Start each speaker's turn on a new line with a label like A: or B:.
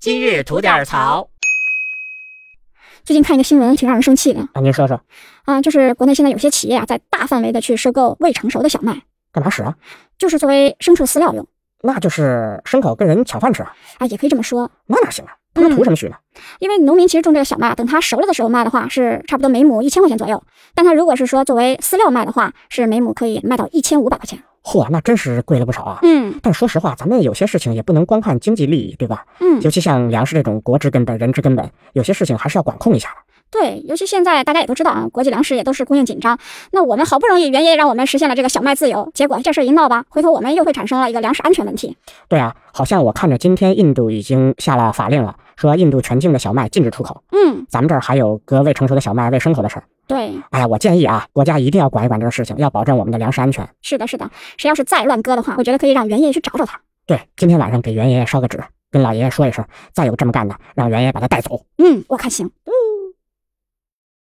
A: 今日吐点槽。
B: 最近看一个新闻，挺让人生气的
C: 啊，您说说，
B: 啊、就是国内现在有些企业啊，在大范围的去收购未成熟的小麦，
C: 干嘛使啊？
B: 就是作为牲畜饲料用
C: 那就是牲口跟人抢饭吃啊，
B: 啊，也可以这么说。
C: 那哪行啊？他们图什么虚呢？
B: 因为农民其实种这个小麦，等它熟了的时候卖的话，是差不多每亩一千块钱左右。但它如果是说作为饲料卖的话，是每亩可以卖到一千五百块钱。
C: 嚯、那真是贵了不少啊。
B: 嗯
C: 但说实话，咱们有些事情也不能光看经济利益，对吧？
B: 嗯，
C: 尤其像粮食这种国之根本、人之根本，有些事情还是要管控一下的。
B: 对，尤其现在大家也都知道啊，国际粮食也都是供应紧张。那我们好不容易袁爷爷让我们实现了这个小麦自由，结果这事儿一闹吧，回头我们又会产生了一个粮食安全问题。
C: 对啊，好像我看着今天印度已经下了法令了，说印度全境的小麦禁止出口。
B: 嗯，
C: 咱们这儿还有割未成熟的小麦喂牲口的事儿。
B: 对，
C: 哎呀，我建议啊，国家一定要管一管这个事情，要保证我们的粮食安全。
B: 是的，是的，谁要是再乱割的话，我觉得可以让袁爷爷去找找他。
C: 对，今天晚上给袁爷爷烧个纸，跟老爷爷说一声，再有这么干的，让袁爷爷把他带走。
B: 嗯，我看行。